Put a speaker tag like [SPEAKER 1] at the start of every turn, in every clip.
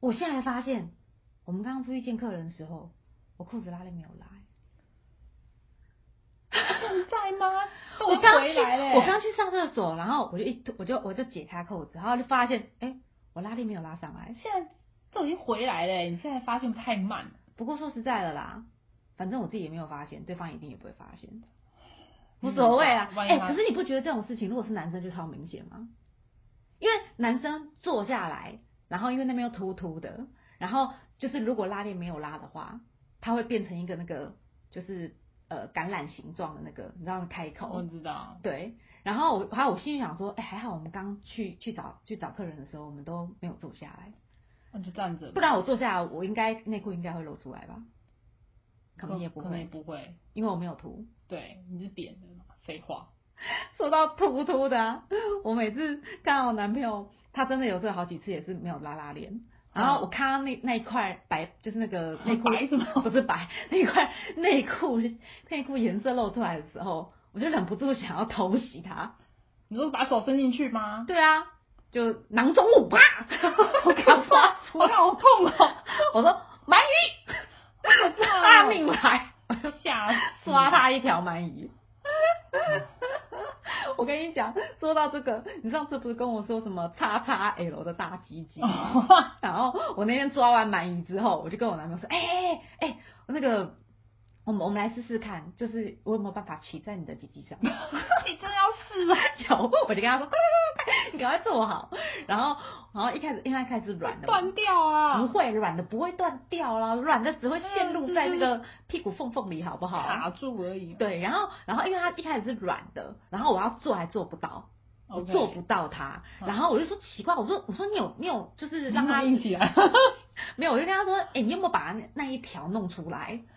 [SPEAKER 1] 我现在才发现，我们刚刚出去见客人的时候，我裤子拉链没有拉、欸
[SPEAKER 2] 现在吗？都
[SPEAKER 1] 我刚
[SPEAKER 2] 回
[SPEAKER 1] 去
[SPEAKER 2] 来嘞，
[SPEAKER 1] 我刚去上厕所，然后我就一脱我就我就解开扣子，然后就发现，哎、我拉链没有拉上来。
[SPEAKER 2] 现在都已经回来嘞，你现在发现太慢了。
[SPEAKER 1] 不过说实在的啦，反正我自己也没有发现，对方一定也不会发现的，无
[SPEAKER 2] 嗯
[SPEAKER 1] 所谓啦。
[SPEAKER 2] 万一
[SPEAKER 1] 哎、
[SPEAKER 2] 他
[SPEAKER 1] 可是你不觉得这种事情如果是男生就超明显吗？因为男生坐下来，然后因为那边又突突的，然后就是如果拉链没有拉的话，它会变成一个那个就是呃橄榄形状的那个，你知道开口，
[SPEAKER 2] 我哦知道，
[SPEAKER 1] 对，然后我还有我心里想说，哎、还好我们刚去去找去找客人的时候，我们都没有坐下来，
[SPEAKER 2] 那哦就站着吧，
[SPEAKER 1] 不然我坐下来，我应该内裤应该会露出来吧？可能也不
[SPEAKER 2] 可能也
[SPEAKER 1] 会，
[SPEAKER 2] 不会。
[SPEAKER 1] 因为我没有涂。
[SPEAKER 2] 对，你是扁的嘛？废话，
[SPEAKER 1] 说到秃秃的啊、我每次看到我男朋友，他真的有时候好几次也是没有拉拉链，然后我看到那那一块白，就是那 个内裤
[SPEAKER 2] 嗯白什么？
[SPEAKER 1] 不是白，那一块内裤内裤颜色露出来的时候，我就忍不住想要偷袭他。
[SPEAKER 2] 你说把手伸进去 吗？
[SPEAKER 1] 对啊，就囊中舞吧，我给他发出
[SPEAKER 2] 我
[SPEAKER 1] 来，
[SPEAKER 2] 好痛哦！
[SPEAKER 1] 我说鳗鱼，
[SPEAKER 2] 我操
[SPEAKER 1] 大命来，
[SPEAKER 2] 吓死
[SPEAKER 1] 抓他一条鳗鱼。
[SPEAKER 2] 嗯
[SPEAKER 1] 我跟你讲，说到这个，你上次不是跟我说什么叉叉 L 的大鸡 鸡吗？
[SPEAKER 2] 哦
[SPEAKER 1] 然后我那天抓完鳗鱼之后，我就跟我男朋友说，哎哎哎哎，那个。我们我们来试试看，就是我有没有办法骑在你的鸡鸡上？
[SPEAKER 2] 你真的要试吗？
[SPEAKER 1] 有，我就跟他说，快快快快快，你赶快坐好。然后，然后一开始因为它开始软的嘛，
[SPEAKER 2] 断掉啊！
[SPEAKER 1] 不会软的不会断掉啦，软的只会陷入在那
[SPEAKER 2] 嗯
[SPEAKER 1] 个屁股缝缝里，好不好？
[SPEAKER 2] 卡住而已。
[SPEAKER 1] 对，然后然后因为它一开始是软的，然后我要做还做不到，我
[SPEAKER 2] OK
[SPEAKER 1] 做不到它，
[SPEAKER 2] 嗯
[SPEAKER 1] 然后我就说奇怪，我说我说你有你有就是让它
[SPEAKER 2] 硬起来。
[SPEAKER 1] 没有，我就跟他说，哎、你有没有把那那一条弄出来？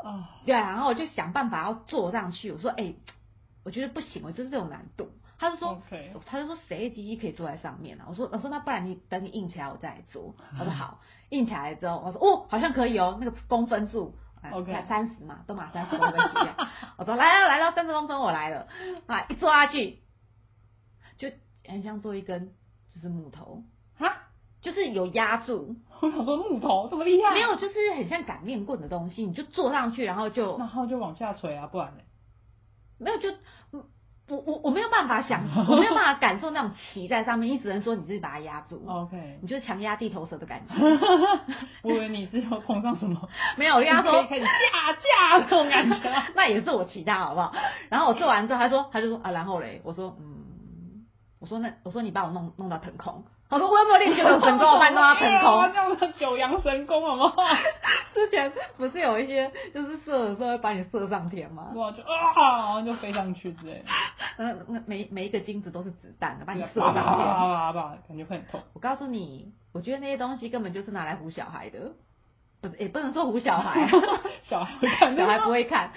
[SPEAKER 2] 哦，
[SPEAKER 1] 对啊，然后我就想办法要坐上去，我说哎、我觉得不行，我就是这种难度。他就说
[SPEAKER 2] OK
[SPEAKER 1] 他就说谁的鸡鸡可以坐在上面啊？我说我说那不然你等你硬起来我再来做。他说好，硬起来之后我说哦好像可以哦，那个公分数。哎
[SPEAKER 2] OK
[SPEAKER 1] 才三十嘛，都满三十公分起跳。我说来了来了，三十公分我来了啊！一坐下去，就很像做一根就是木头，
[SPEAKER 2] 哈，
[SPEAKER 1] 就是有压住，
[SPEAKER 2] 我想说木头这么厉害，
[SPEAKER 1] 没，有就是很像擀面棍的东西，你就坐上去，然后就
[SPEAKER 2] 然后就往下垂啊，不然呢？
[SPEAKER 1] 没有就，嗯我我我没有办法想，我没有办法感受那种骑在上面，你只能说你自己把它压住，
[SPEAKER 2] OK，
[SPEAKER 1] 你就是强压地头蛇的感觉。
[SPEAKER 2] 我以为你是要碰上什么，
[SPEAKER 1] 没有，我跟他
[SPEAKER 2] 可以
[SPEAKER 1] 说
[SPEAKER 2] 开始架架这种感觉。
[SPEAKER 1] 那也是我骑他好不好？然后我做完之后，他说他就说啊，然后嘞，我说嗯，我说那我说你把我弄弄到腾空，他说我有没有练习我成功，我把你弄到腾空。
[SPEAKER 2] 这样的九阳神功好不好？
[SPEAKER 1] 之前不是有一些就是射的时候会把你射上天吗？
[SPEAKER 2] 哇，就啊，然后就飞上去之类的，
[SPEAKER 1] 嗯，那每每一个精子都是子弹的，把你射
[SPEAKER 2] 叭叭
[SPEAKER 1] 上
[SPEAKER 2] 叭
[SPEAKER 1] 天。
[SPEAKER 2] 叭叭叭，感觉会很痛。
[SPEAKER 1] 我告诉你，我觉得那些东西根本就是拿来唬小孩的，不是也不能说唬小孩，啊
[SPEAKER 2] 小孩会 看
[SPEAKER 1] 小孩不
[SPEAKER 2] 会
[SPEAKER 1] 会看，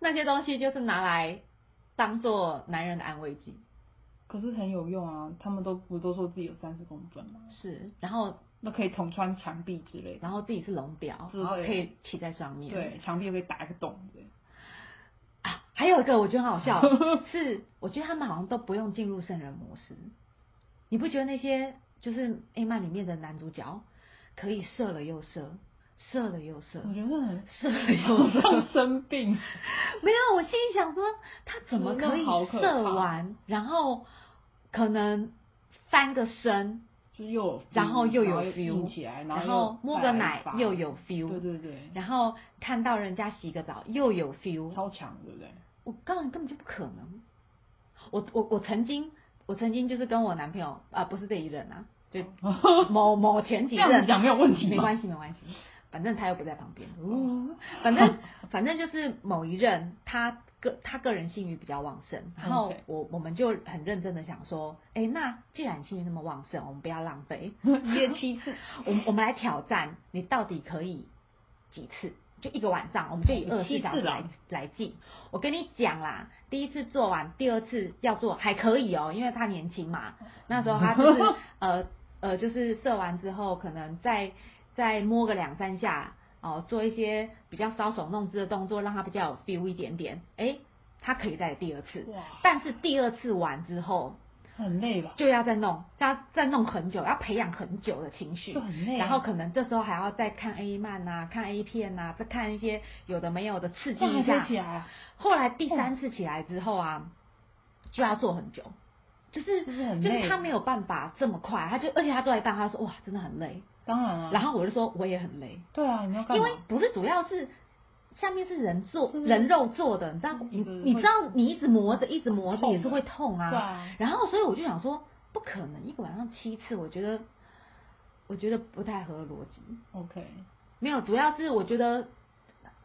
[SPEAKER 1] 那些东西就是拿来当做男人的安慰剂。
[SPEAKER 2] 可是很有用啊，他们都不都说自己有三十公分吗？
[SPEAKER 1] 是，然后
[SPEAKER 2] 那可以捅穿墙壁之类的，
[SPEAKER 1] 然后自己是龙表，
[SPEAKER 2] 之类
[SPEAKER 1] 然
[SPEAKER 2] 的
[SPEAKER 1] 后可以骑在上面。
[SPEAKER 2] 对，墙壁又可以打一个洞之类的。
[SPEAKER 1] 啊，还有一个我觉得很好 笑，是我觉得他们好像都不用进入圣人模式，你不觉得那些就是 A 漫里面的男主角可以射了又射，射了又射，
[SPEAKER 2] 我觉得很
[SPEAKER 1] 射了又
[SPEAKER 2] 好
[SPEAKER 1] 射。
[SPEAKER 2] 像生病，
[SPEAKER 1] 没有，我心里想说，他怎么可以
[SPEAKER 2] 真的好可怕
[SPEAKER 1] 射完，然后可能翻个身，
[SPEAKER 2] 就是又有 feel，
[SPEAKER 1] 然后又有
[SPEAKER 2] 硬
[SPEAKER 1] feel
[SPEAKER 2] 起来，
[SPEAKER 1] 然
[SPEAKER 2] 后
[SPEAKER 1] 后摸个奶又
[SPEAKER 2] 有
[SPEAKER 1] 有
[SPEAKER 2] feel，对
[SPEAKER 1] feel，
[SPEAKER 2] 对对，
[SPEAKER 1] 然后看到人家洗个澡又有 feel。
[SPEAKER 2] 超强，对不对？
[SPEAKER 1] 我告诉你，根本就不可能。我我我曾经，我曾经就是跟我男朋友啊、不是这一任啊， 就某某前
[SPEAKER 2] 哦这
[SPEAKER 1] 几
[SPEAKER 2] 样
[SPEAKER 1] 任
[SPEAKER 2] 子，讲没有问题哦
[SPEAKER 1] 没
[SPEAKER 2] 吗？
[SPEAKER 1] 关系，没关系，反正他又不在旁边。嗯， 反正反正就是某一任他个他个人性欲比较旺盛，然后
[SPEAKER 2] OK
[SPEAKER 1] 我我们就很认真的想说，哎，那既然你性欲那么旺盛，我们不要浪 费，
[SPEAKER 2] 一月七次，
[SPEAKER 1] 我们我们来挑战，你到底可以几次？就一个晚上，我们就以二十四
[SPEAKER 2] 哦七次
[SPEAKER 1] 小时来
[SPEAKER 2] 啦
[SPEAKER 1] 来计。我跟你讲啦，第一次做完，第二次要做还可以哦，因为他年轻嘛，那时候他 就是呃呃，就是射完之后，可能再再摸个两三下哦，做一些比较搔首弄姿的动作，让他比较有 feel 一点点。诶，他可以再第二次，
[SPEAKER 2] 哇，
[SPEAKER 1] 但是第二次完之后，
[SPEAKER 2] 很累吧？
[SPEAKER 1] 就要再弄，要再弄很久，要培养很久的情绪
[SPEAKER 2] 就，很累啊、
[SPEAKER 1] 然后可能这时候还要再看 A 漫啊，看 A 片啊，再看一些有的没有的刺激
[SPEAKER 2] 这样
[SPEAKER 1] 一
[SPEAKER 2] 还
[SPEAKER 1] 下
[SPEAKER 2] 可以。起来啊，
[SPEAKER 1] 后来第三次起来之后啊，就要做很久，就是
[SPEAKER 2] 就是很
[SPEAKER 1] 就
[SPEAKER 2] 累。
[SPEAKER 1] 是他没有办法这么快，他就而且他做到一半，他说哇真的很累，
[SPEAKER 2] 当然啊，
[SPEAKER 1] 然后我就说我也很累，
[SPEAKER 2] 对啊，你要干
[SPEAKER 1] 因
[SPEAKER 2] 嘛？
[SPEAKER 1] 为不是主要是下面是人做
[SPEAKER 2] 就是
[SPEAKER 1] 人肉做的，你知道
[SPEAKER 2] 就是
[SPEAKER 1] 你
[SPEAKER 2] 就是
[SPEAKER 1] 你
[SPEAKER 2] 嗯会
[SPEAKER 1] 知道你一直磨着一直磨着
[SPEAKER 2] 痛
[SPEAKER 1] 也是
[SPEAKER 2] 的
[SPEAKER 1] 会痛
[SPEAKER 2] 对啊，
[SPEAKER 1] 然后，所以我就想说，不可能一个晚上七次，我觉得，我觉得不太合逻辑。
[SPEAKER 2] ，OK，
[SPEAKER 1] 没有，主要是我觉得，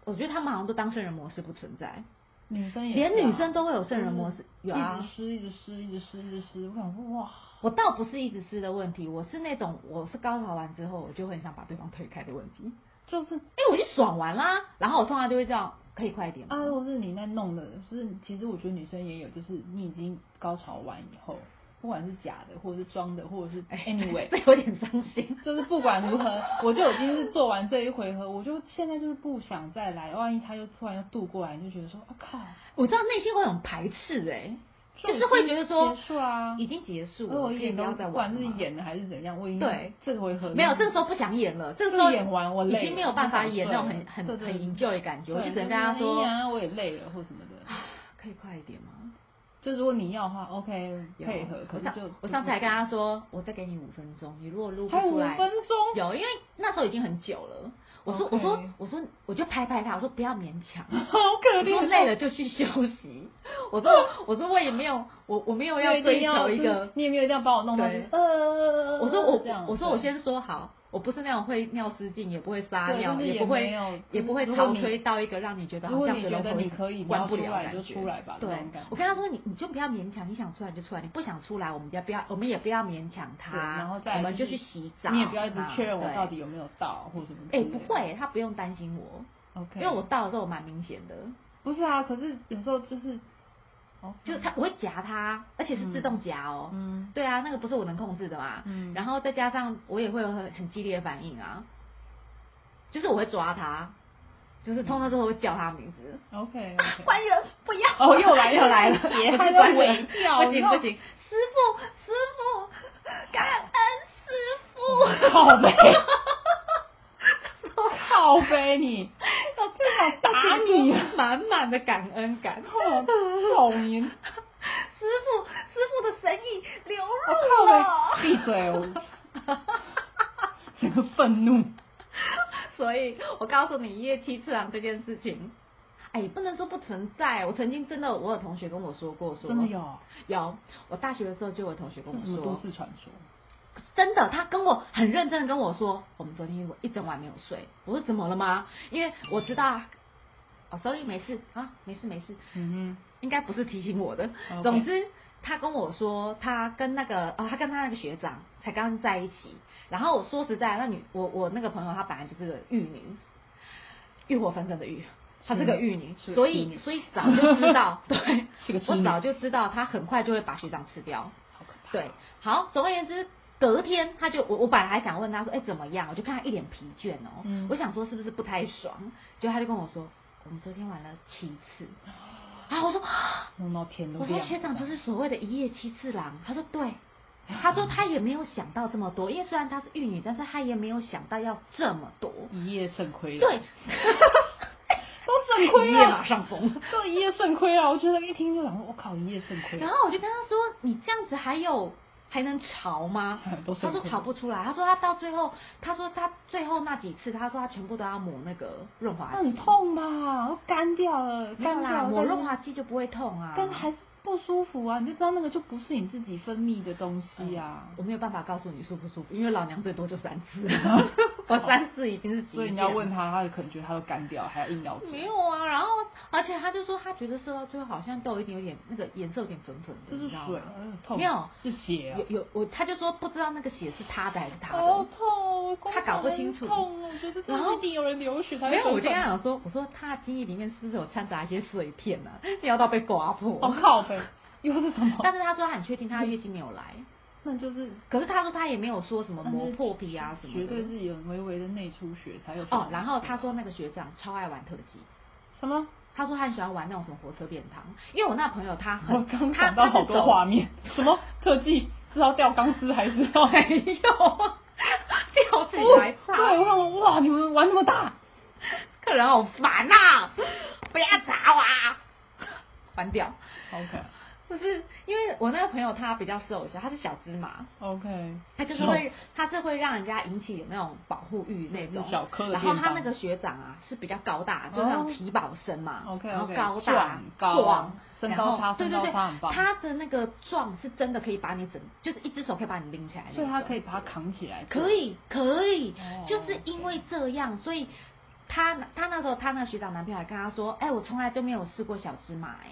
[SPEAKER 1] 我觉得他们好像都当圣人模式不存在，
[SPEAKER 2] 女生也是啊、
[SPEAKER 1] 连女生都会有圣人模式。
[SPEAKER 2] 就是
[SPEAKER 1] 有啊，
[SPEAKER 2] 一直湿，一直湿，一直湿，一直湿。我想说，哇，
[SPEAKER 1] 我倒不是一直湿的问题，我是那种我是高潮完之后，我就会很想把对方推开的问题，因
[SPEAKER 2] 就是
[SPEAKER 1] 为我已经爽完啦，然后我通常就会这样，可以快一点吗
[SPEAKER 2] 啊，如果是你在弄的，就是其实我觉得女生也有，就是你已经高潮完以后，不管是假的，或者是装的，或者是 anyway，
[SPEAKER 1] 哎 这有点伤心。
[SPEAKER 2] 就是不管如何，我就已经是做完这一回合，我就现在就是不想再来。万一他又突然又渡过来，你就觉得说，啊靠，
[SPEAKER 1] 我知道内心会很排斥哎、就是
[SPEAKER 2] 已
[SPEAKER 1] 会
[SPEAKER 2] 经
[SPEAKER 1] 觉得说
[SPEAKER 2] 结束啊，
[SPEAKER 1] 已经结束
[SPEAKER 2] 因为
[SPEAKER 1] 了，
[SPEAKER 2] 我
[SPEAKER 1] 可以
[SPEAKER 2] 演
[SPEAKER 1] 不
[SPEAKER 2] 都
[SPEAKER 1] 要再
[SPEAKER 2] 不
[SPEAKER 1] 玩
[SPEAKER 2] 管
[SPEAKER 1] 了
[SPEAKER 2] 是
[SPEAKER 1] 吗
[SPEAKER 2] 演的还是怎样，我已经
[SPEAKER 1] 对
[SPEAKER 2] 这回合
[SPEAKER 1] 没有，这个时候不想演了，这个时
[SPEAKER 2] 就
[SPEAKER 1] 候
[SPEAKER 2] 是演完我累了
[SPEAKER 1] 已经没有办法演
[SPEAKER 2] 我
[SPEAKER 1] 那
[SPEAKER 2] 想
[SPEAKER 1] 种很
[SPEAKER 2] 睡
[SPEAKER 1] 很
[SPEAKER 2] 对对
[SPEAKER 1] 很
[SPEAKER 2] 对
[SPEAKER 1] enjoy 的感觉，我就
[SPEAKER 2] 对
[SPEAKER 1] 只能跟他
[SPEAKER 2] 是
[SPEAKER 1] 说啊
[SPEAKER 2] 哎，呀我也累了或什么的。
[SPEAKER 1] 可以快一点吗？
[SPEAKER 2] 就如果你要的话，OK
[SPEAKER 1] 有
[SPEAKER 2] 配合，可
[SPEAKER 1] 我
[SPEAKER 2] 是
[SPEAKER 1] 上
[SPEAKER 2] 就
[SPEAKER 1] 我上次还跟他说，我再给你五分钟，你如果录不
[SPEAKER 2] 还有
[SPEAKER 1] 出
[SPEAKER 2] 五
[SPEAKER 1] 来，
[SPEAKER 2] 分钟，
[SPEAKER 1] 有，因为那时候已经很久了。我说
[SPEAKER 2] OK
[SPEAKER 1] 我说我说我就拍拍他，我说不要勉强， 啊
[SPEAKER 2] 好可
[SPEAKER 1] 我说
[SPEAKER 2] 怜，
[SPEAKER 1] 累了就去休息。我说我说我也没有我我没有要
[SPEAKER 2] 你也
[SPEAKER 1] 追
[SPEAKER 2] 一定要
[SPEAKER 1] 求一
[SPEAKER 2] 就是
[SPEAKER 1] 个，
[SPEAKER 2] 你也没有一定要把我弄到
[SPEAKER 1] 对
[SPEAKER 2] 就是呃，
[SPEAKER 1] 我说我
[SPEAKER 2] 这样，
[SPEAKER 1] 我说我
[SPEAKER 2] 对
[SPEAKER 1] 先说好，我不是那种会尿失禁，也不会撒
[SPEAKER 2] 对
[SPEAKER 1] 尿，
[SPEAKER 2] 就是
[SPEAKER 1] 不
[SPEAKER 2] 没
[SPEAKER 1] 会
[SPEAKER 2] 有
[SPEAKER 1] 也不会
[SPEAKER 2] 如果
[SPEAKER 1] 潮
[SPEAKER 2] 你
[SPEAKER 1] 吹到一个让你觉得
[SPEAKER 2] 如
[SPEAKER 1] 好
[SPEAKER 2] 果
[SPEAKER 1] 像
[SPEAKER 2] 你
[SPEAKER 1] 水
[SPEAKER 2] 觉
[SPEAKER 1] 龙
[SPEAKER 2] 得
[SPEAKER 1] 头
[SPEAKER 2] 你可以你
[SPEAKER 1] 关
[SPEAKER 2] 要
[SPEAKER 1] 不
[SPEAKER 2] 出
[SPEAKER 1] 了
[SPEAKER 2] 来
[SPEAKER 1] 感
[SPEAKER 2] 就
[SPEAKER 1] 觉
[SPEAKER 2] 出来吧
[SPEAKER 1] 对
[SPEAKER 2] 这种感，
[SPEAKER 1] 我跟他说你你就不要勉强，你想出来就出来，你不想出来我们就不要，我们也不要勉强他，
[SPEAKER 2] 对然后再来
[SPEAKER 1] 我们
[SPEAKER 2] 就
[SPEAKER 1] 就是去洗澡，
[SPEAKER 2] 你也不要一直
[SPEAKER 1] 啊
[SPEAKER 2] 确认我
[SPEAKER 1] 对
[SPEAKER 2] 到底有没有到或什么之
[SPEAKER 1] 哎
[SPEAKER 2] 类的。
[SPEAKER 1] 不会，他不用担心我，因
[SPEAKER 2] ，OK，
[SPEAKER 1] 为我到的时候我蛮明显的，
[SPEAKER 2] 不是啊，可是有时候就是，哦，
[SPEAKER 1] 就是他我会夹他，而且是自动夹哦。
[SPEAKER 2] 嗯
[SPEAKER 1] 对啊，那个不是我能控制的嘛。
[SPEAKER 2] 嗯，
[SPEAKER 1] 然后再加上我也会有很很激烈的反应啊，就是我会抓他，就是通常都会叫他名字，
[SPEAKER 2] 后 OK，
[SPEAKER 1] 官人不要，
[SPEAKER 2] 嗯哦又来
[SPEAKER 1] 又来 了，
[SPEAKER 2] 别
[SPEAKER 1] 我
[SPEAKER 2] 害
[SPEAKER 1] 是
[SPEAKER 2] 到
[SPEAKER 1] 官
[SPEAKER 2] 尾
[SPEAKER 1] 人，
[SPEAKER 2] 掉，
[SPEAKER 1] 不
[SPEAKER 2] 你知
[SPEAKER 1] 行
[SPEAKER 2] 道
[SPEAKER 1] 不行，师傅师傅，感恩师傅，
[SPEAKER 2] 靠 背，靠背你，
[SPEAKER 1] 要
[SPEAKER 2] 打你啊，
[SPEAKER 1] 满满的感恩感，
[SPEAKER 2] 好好年，
[SPEAKER 1] 师傅师傅的神意流
[SPEAKER 2] 我
[SPEAKER 1] 入了
[SPEAKER 2] 靠。背，闭嘴，我整个愤怒，
[SPEAKER 1] 所以我告诉你，一夜七次郎这件事情，哎，也不能说不存在。我曾经真的，我有同学跟我说过说，
[SPEAKER 2] 真的有，
[SPEAKER 1] 有我大学的时候就有同学跟
[SPEAKER 2] 这什
[SPEAKER 1] 我
[SPEAKER 2] 么都
[SPEAKER 1] 说，
[SPEAKER 2] 市传说？
[SPEAKER 1] 真的，他跟我很认真的跟我说，我们昨天一整晚没有睡。我说怎么了吗？因为我知道啊，哦，sorry，没事啊，没事没事，
[SPEAKER 2] 嗯
[SPEAKER 1] 应该不是提醒我的。
[SPEAKER 2] 哦 OK
[SPEAKER 1] 总之，他跟我说，他跟那个哦，他跟他那个学长才刚在一起。然后我说实在，那女我我那个朋友，她本来就是个玉女，欲火焚身的欲，她是个玉女，
[SPEAKER 2] 是
[SPEAKER 1] 所
[SPEAKER 2] 玉女
[SPEAKER 1] 以所以早就知 道，对，
[SPEAKER 2] 是个痴
[SPEAKER 1] 我
[SPEAKER 2] 女
[SPEAKER 1] 早就知道她很快就会把学长吃掉。
[SPEAKER 2] 哼，好可怕。
[SPEAKER 1] 对，好，总而言之，隔天他就我我本来还想问他说，哎、怎么样？我就看他一脸疲倦哦，
[SPEAKER 2] 嗯
[SPEAKER 1] 我想说是不是不太爽，结果他就跟我说，我们昨天玩了七次，啊，我说，啊
[SPEAKER 2] 弄到天都
[SPEAKER 1] 我说
[SPEAKER 2] 亮。
[SPEAKER 1] 学长就是所谓的一夜七次郎，他说对。
[SPEAKER 2] 哎
[SPEAKER 1] 他说他也没有想到这么多，因为虽然她是玉女，但是她也没有想到要这么多。
[SPEAKER 2] 一夜肾亏了，
[SPEAKER 1] 对，
[SPEAKER 2] 都肾亏
[SPEAKER 1] 一夜
[SPEAKER 2] 了
[SPEAKER 1] 马，上疯。
[SPEAKER 2] 都一夜肾亏了。我觉得一听就想说，我靠，一夜肾亏
[SPEAKER 1] 然
[SPEAKER 2] 了，
[SPEAKER 1] 后我就跟他说：“你这样子还有还能吵 吗？”
[SPEAKER 2] 哎都
[SPEAKER 1] 他
[SPEAKER 2] 肾
[SPEAKER 1] 说
[SPEAKER 2] 亏
[SPEAKER 1] 吵
[SPEAKER 2] 了。
[SPEAKER 1] 不出来，他说他到最后，他说他最后那几次，他说他全部都要抹那个润滑剂，
[SPEAKER 2] 那很，痛吧？都干掉了，
[SPEAKER 1] 没有
[SPEAKER 2] 干掉
[SPEAKER 1] 啦，
[SPEAKER 2] 了。
[SPEAKER 1] 抹
[SPEAKER 2] 但是
[SPEAKER 1] 润滑剂就不会痛啊。
[SPEAKER 2] 但还是不舒服啊！你就知道那个就不是你自己分泌的东西啊，
[SPEAKER 1] 嗯我没有办法告诉你舒不舒服，因为老娘最多就三 次，我三次已经是极限。
[SPEAKER 2] 所以你要问他，他可能觉得他都干掉，还要硬要做，
[SPEAKER 1] 没有啊，然后而且他就说他觉得射到最后好像都有一点有点那个颜色有点粉粉的，
[SPEAKER 2] 这是
[SPEAKER 1] 你知道
[SPEAKER 2] 水
[SPEAKER 1] 吗，
[SPEAKER 2] 嗯痛，
[SPEAKER 1] 没有
[SPEAKER 2] 是血啊
[SPEAKER 1] 有，有我他就说不知道那个血是他的还是他的，
[SPEAKER 2] 好痛哦，
[SPEAKER 1] 他搞不清楚
[SPEAKER 2] 光头很痛哦，我觉得
[SPEAKER 1] 然后
[SPEAKER 2] 这一定有人流血才会
[SPEAKER 1] 没有，我就
[SPEAKER 2] 这
[SPEAKER 1] 跟他
[SPEAKER 2] 样。
[SPEAKER 1] 讲说，我说他的精液里面是不是有掺杂一些碎片啊？尿到被刮破。
[SPEAKER 2] 哦靠呗，又 是什 么？
[SPEAKER 1] 但是他说他很确定他的月经没有来，
[SPEAKER 2] 那就是
[SPEAKER 1] 可是他说他也没有说什么
[SPEAKER 2] 但是
[SPEAKER 1] 磨破皮
[SPEAKER 2] 嗯
[SPEAKER 1] 啊什么的。哦
[SPEAKER 2] 绝对是有微微的内出血才有
[SPEAKER 1] 哦，然后他说那个学长超爱玩特技，
[SPEAKER 2] 什么？
[SPEAKER 1] 他说他很喜欢玩那种什么火车便当，因为我那朋友他
[SPEAKER 2] 我
[SPEAKER 1] 很，
[SPEAKER 2] 刚
[SPEAKER 1] 他
[SPEAKER 2] 想到
[SPEAKER 1] 他是
[SPEAKER 2] 好多
[SPEAKER 1] 走
[SPEAKER 2] 画面，什么特技是要吊钢丝还是要？
[SPEAKER 1] 没有，吊起来
[SPEAKER 2] 对，
[SPEAKER 1] 炸，
[SPEAKER 2] 我看我哇，你们玩那么大，
[SPEAKER 1] 客人好烦呐、不要砸我啊，关掉。
[SPEAKER 2] 好可爱。
[SPEAKER 1] 就是因为我那个朋友他比较瘦小，他是小芝麻，
[SPEAKER 2] OK，
[SPEAKER 1] 他就是会，他是会让人家引起有那种保护欲那种
[SPEAKER 2] 是嗯小颗的
[SPEAKER 1] 然后
[SPEAKER 2] 便
[SPEAKER 1] 他
[SPEAKER 2] 当
[SPEAKER 1] 那个学长啊是比较高大，就是那种
[SPEAKER 2] 哦
[SPEAKER 1] 体保生嘛
[SPEAKER 2] OK，OK，
[SPEAKER 1] 然后高大
[SPEAKER 2] 壮高
[SPEAKER 1] 壮，
[SPEAKER 2] 身
[SPEAKER 1] 然
[SPEAKER 2] 高
[SPEAKER 1] 后
[SPEAKER 2] 差
[SPEAKER 1] 对
[SPEAKER 2] 身
[SPEAKER 1] 对对
[SPEAKER 2] 高差很，棒
[SPEAKER 1] 他的那个壮是真的可以把你整，就是一只手可以把你拎起来那种，
[SPEAKER 2] 所以他可以把它扛起来。
[SPEAKER 1] 可以，可以，
[SPEAKER 2] 哦
[SPEAKER 1] 就是因为这样，所以她她那时候她那个学长男朋友还跟她说，哎、我从来都没有试过小芝麻、哎，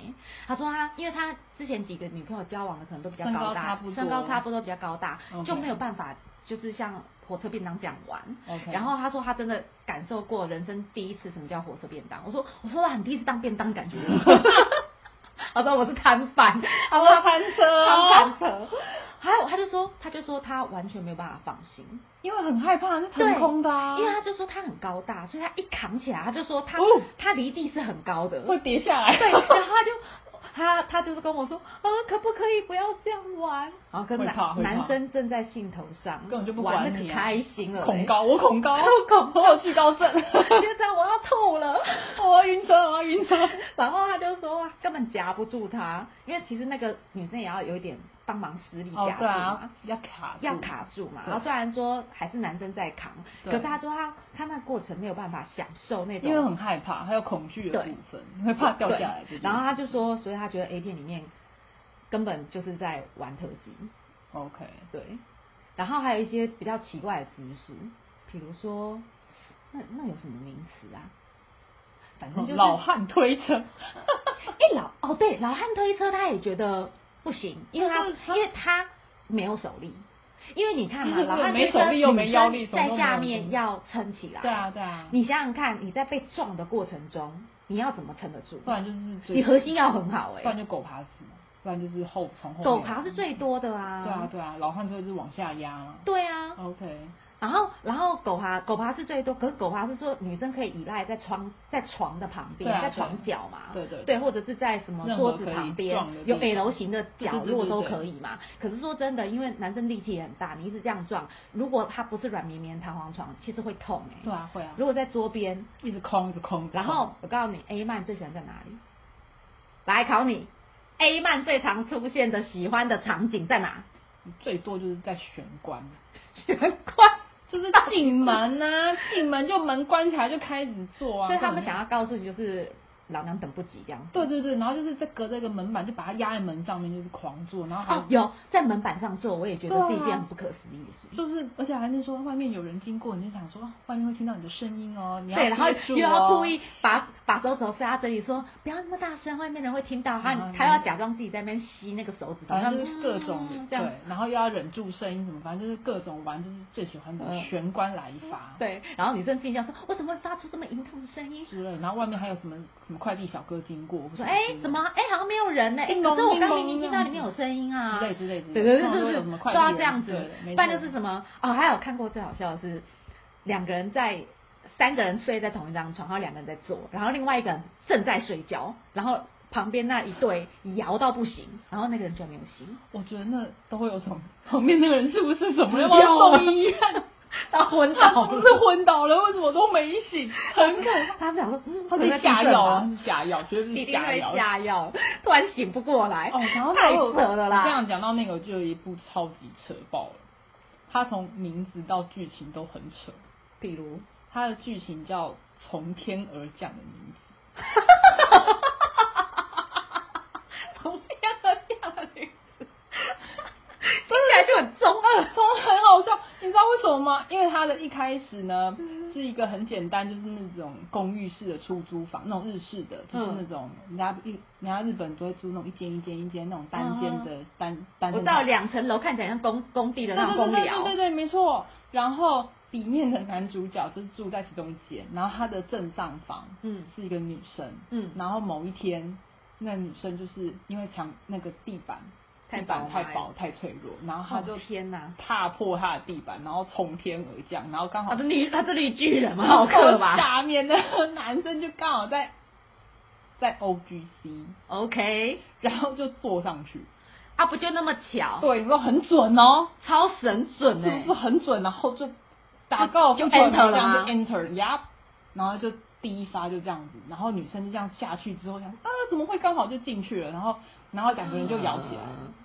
[SPEAKER 1] 她说她因为她之前几个女朋友交往的可能都比较高
[SPEAKER 2] 身高差
[SPEAKER 1] 大
[SPEAKER 2] 不，多
[SPEAKER 1] 身高差不多比较高大
[SPEAKER 2] OK
[SPEAKER 1] 就没有办法就是像火车便当这样玩。
[SPEAKER 2] OK
[SPEAKER 1] 然后她说她真的感受过人生第一次什么叫火车便当，我说我说哇，你第一次当便当感 觉如何？ 她说我是摊贩，她说
[SPEAKER 2] 我摊哦车哦
[SPEAKER 1] 摊车。还有，她就说，她就说她完全没有办法放心，
[SPEAKER 2] 因为很害怕，是
[SPEAKER 1] 对，
[SPEAKER 2] 腾空的、啊，
[SPEAKER 1] 因为他就说他很高大，所以他一扛起来，他就说他、
[SPEAKER 2] 哦
[SPEAKER 1] 他离地是很高的，
[SPEAKER 2] 会跌下来。
[SPEAKER 1] 对，然后他就他他就是跟我说啊，可不可以不要这样玩？然后跟
[SPEAKER 2] 会怕
[SPEAKER 1] 男
[SPEAKER 2] 会怕
[SPEAKER 1] 男生正在兴头上，
[SPEAKER 2] 根本就不
[SPEAKER 1] 玩
[SPEAKER 2] 管
[SPEAKER 1] 的
[SPEAKER 2] 你、
[SPEAKER 1] 可
[SPEAKER 2] 啊，
[SPEAKER 1] 开心了、
[SPEAKER 2] 恐，高，我恐高，
[SPEAKER 1] 我恐
[SPEAKER 2] 我有惧高 症，
[SPEAKER 1] 现在我要吐了。
[SPEAKER 2] 我要晕车，我要 晕车。
[SPEAKER 1] 然后他就说根本夹不住他，因为其实那个女生也要有一点帮忙施力
[SPEAKER 2] 哦
[SPEAKER 1] 夹，住
[SPEAKER 2] 对
[SPEAKER 1] 嘛。
[SPEAKER 2] 啊，要卡住
[SPEAKER 1] 要卡住嘛，
[SPEAKER 2] 对
[SPEAKER 1] 然后虽然说还是男生在扛，可
[SPEAKER 2] 对
[SPEAKER 1] 是他说他他那过程没有办法享受那种，
[SPEAKER 2] 因为很害怕，还有恐惧的
[SPEAKER 1] 对
[SPEAKER 2] 部分，会怕掉下来这
[SPEAKER 1] 对
[SPEAKER 2] 件事。
[SPEAKER 1] 然后他就说，所以他觉得 A 片里面根本就是在玩特技，
[SPEAKER 2] OK，
[SPEAKER 1] 对。然后还有一些比较奇怪的姿势，比如说，那那有什么名词啊？反正就是
[SPEAKER 2] 老汉推车，
[SPEAKER 1] 哎、老哦对老汉推车，他也觉得不行，因为他
[SPEAKER 2] 就是他
[SPEAKER 1] 因为他没有手力，因为你看嘛，
[SPEAKER 2] 就是
[SPEAKER 1] 老汉推
[SPEAKER 2] 没
[SPEAKER 1] 车
[SPEAKER 2] 手力又没
[SPEAKER 1] 女生
[SPEAKER 2] 腰力什么
[SPEAKER 1] 在
[SPEAKER 2] 都没
[SPEAKER 1] 下
[SPEAKER 2] 有
[SPEAKER 1] 面
[SPEAKER 2] 力
[SPEAKER 1] 要撑起来。
[SPEAKER 2] 对啊对啊，
[SPEAKER 1] 你想想看，你在被撞的过程中，你要怎么撑得住？
[SPEAKER 2] 不然就是最
[SPEAKER 1] 你核心要很好哎、
[SPEAKER 2] 不然就狗爬死，不然就是后从后面
[SPEAKER 1] 狗爬是最多的啊。
[SPEAKER 2] 对啊对嗯啊，老汉推就是往下压嘛。
[SPEAKER 1] 对啊，
[SPEAKER 2] OK，
[SPEAKER 1] 然后然后狗爬狗爬是最多，可是狗爬是说女生可以依赖在床在床的旁边，
[SPEAKER 2] 对啊
[SPEAKER 1] 在
[SPEAKER 2] 对
[SPEAKER 1] 床角嘛，
[SPEAKER 2] 对对
[SPEAKER 1] 对，
[SPEAKER 2] 对
[SPEAKER 1] 或者是在什么
[SPEAKER 2] 任何
[SPEAKER 1] 桌子
[SPEAKER 2] 可以
[SPEAKER 1] 旁边
[SPEAKER 2] 撞的地
[SPEAKER 1] 有
[SPEAKER 2] 方
[SPEAKER 1] L 型的角
[SPEAKER 2] 对对
[SPEAKER 1] 落
[SPEAKER 2] 对对
[SPEAKER 1] 都
[SPEAKER 2] 对
[SPEAKER 1] 可以嘛。可是说真的，因为男生力气也很大，你一直这样撞，如果他不是软绵绵弹簧床，其实会痛哎、
[SPEAKER 2] 对啊会啊，
[SPEAKER 1] 如果在桌边，
[SPEAKER 2] 一直空一直空，一直空
[SPEAKER 1] 然后我告诉你，A 曼最喜欢在哪里？来考你，A 曼最常出现的喜欢的场景在哪？
[SPEAKER 2] 最多就是在玄关，
[SPEAKER 1] 玄关。
[SPEAKER 2] 就是进门啊，进门就门关起来就开始做啊，
[SPEAKER 1] 所以他们
[SPEAKER 2] 根本
[SPEAKER 1] 想要告诉你，就是老娘等不及这样子。
[SPEAKER 2] 对对对，然后就是在隔着一个门板就把它压在门上面，就是狂做，然后还、
[SPEAKER 1] 哦，有在门板上做，我也觉得是一件很不可思议的事。
[SPEAKER 2] 就是，而且还是说外面有人经过，你就想说啊外面会听到你的声音哦，你要
[SPEAKER 1] 对，然后
[SPEAKER 2] 憋住
[SPEAKER 1] 又要
[SPEAKER 2] 哦
[SPEAKER 1] 故意把把手指头塞到嘴里，说不要那么大声，外面人会听到。他
[SPEAKER 2] 嗯
[SPEAKER 1] 他要假装自己在那边吸那个手指头，
[SPEAKER 2] 反正就是各种、
[SPEAKER 1] 嗯这
[SPEAKER 2] 对
[SPEAKER 1] 样。，
[SPEAKER 2] 然后又要忍住声音什么，反正就是各种玩，就是最喜欢
[SPEAKER 1] 嗯
[SPEAKER 2] 的玄关来一发、
[SPEAKER 1] 对，然后女生心想说：“我怎么会发出这么淫荡的声音？”
[SPEAKER 2] 之类，然后外面还有什么什么快递小哥经过，
[SPEAKER 1] 说：“哎、怎么？哎、好像没有人呢、哎、
[SPEAKER 2] 叮
[SPEAKER 1] 可
[SPEAKER 2] 咚
[SPEAKER 1] 是我刚
[SPEAKER 2] 叮咚
[SPEAKER 1] 明明听到里面有声音啊。”
[SPEAKER 2] 之类之类之类
[SPEAKER 1] 对对对
[SPEAKER 2] 通常嗯都
[SPEAKER 1] 对
[SPEAKER 2] 有什么
[SPEAKER 1] 对，
[SPEAKER 2] 快
[SPEAKER 1] 都
[SPEAKER 2] 递
[SPEAKER 1] 要
[SPEAKER 2] 员
[SPEAKER 1] 这样子
[SPEAKER 2] 对没。错
[SPEAKER 1] 不然就是什么哦，还有看过最好笑的是，两个人在三个人睡在同一张床，然后两个人在坐，然后另外一个人正在睡觉，然后旁边那一对摇到不行，然后那个人就没有醒，
[SPEAKER 2] 我觉得那都会有什么？ 旁边那个人是不是怎么了？
[SPEAKER 1] 死掉了
[SPEAKER 2] 要送医院？
[SPEAKER 1] 他昏
[SPEAKER 2] 他
[SPEAKER 1] 倒
[SPEAKER 2] 是不
[SPEAKER 1] 了。
[SPEAKER 2] 是昏倒了？为什么都没醒？很可怕。
[SPEAKER 1] 他是想说，嗯，
[SPEAKER 2] 他
[SPEAKER 1] 可能
[SPEAKER 2] 是
[SPEAKER 1] 在
[SPEAKER 2] 下
[SPEAKER 1] 地震
[SPEAKER 2] 药
[SPEAKER 1] 吧
[SPEAKER 2] 啊，是下药，绝对
[SPEAKER 1] 一
[SPEAKER 2] 是
[SPEAKER 1] 定
[SPEAKER 2] 下
[SPEAKER 1] 会
[SPEAKER 2] 药。
[SPEAKER 1] 下药，突然醒不过来。
[SPEAKER 2] 哦，然后
[SPEAKER 1] 太扯了啦！
[SPEAKER 2] 这样讲到那个，就有一部超级扯爆了。它从名字到剧情都很扯，
[SPEAKER 1] 比如，
[SPEAKER 2] 它的剧情叫《从天而降的名字》。
[SPEAKER 1] 从天而降的女子，听起来就很中二。
[SPEAKER 2] 真的很好笑，你知道为什么吗？因为它的一开始呢，
[SPEAKER 1] 嗯
[SPEAKER 2] 是一个很简单，就是那种公寓式的出租房，那种日式的，就是
[SPEAKER 1] 嗯
[SPEAKER 2] 那种人家日人家日本都会租那种一间一间一间那种单间的单单。
[SPEAKER 1] 嗯我到两层楼，看起来像工工地的
[SPEAKER 2] 对
[SPEAKER 1] 那种工
[SPEAKER 2] 对对对
[SPEAKER 1] 寮。
[SPEAKER 2] 对对，没错。然后里面的男主角就是住在其中一间，然后他的正上方
[SPEAKER 1] 嗯
[SPEAKER 2] 是一个女生，
[SPEAKER 1] 嗯
[SPEAKER 2] 然后某一天那女生就是因为墙那个地板。
[SPEAKER 1] 太
[SPEAKER 2] 地板
[SPEAKER 1] 薄
[SPEAKER 2] 太
[SPEAKER 1] 嘛
[SPEAKER 2] 薄太脆弱，然后他就
[SPEAKER 1] 哦天哪
[SPEAKER 2] 踏破他的地板，然后从天而降， 然后刚好
[SPEAKER 1] 他是绿，他是绿巨人嘛，好可怕！
[SPEAKER 2] 下面那个男生就刚好在在 OGC，
[SPEAKER 1] ，OK，
[SPEAKER 2] 然后就坐上去。
[SPEAKER 1] 啊，不就那么巧，
[SPEAKER 2] 对，你说很准哦，
[SPEAKER 1] 超神准
[SPEAKER 2] 是
[SPEAKER 1] 哎、
[SPEAKER 2] 不是很准？然后就打高尔夫
[SPEAKER 1] 就
[SPEAKER 2] 球
[SPEAKER 1] enter
[SPEAKER 2] 这
[SPEAKER 1] 了
[SPEAKER 2] 样
[SPEAKER 1] 吗
[SPEAKER 2] 就 enter 呀，然后就第一发就这样子，然后女生就这样下去之后想说啊，怎么会刚好就进去了？然后然后两个人就摇起来。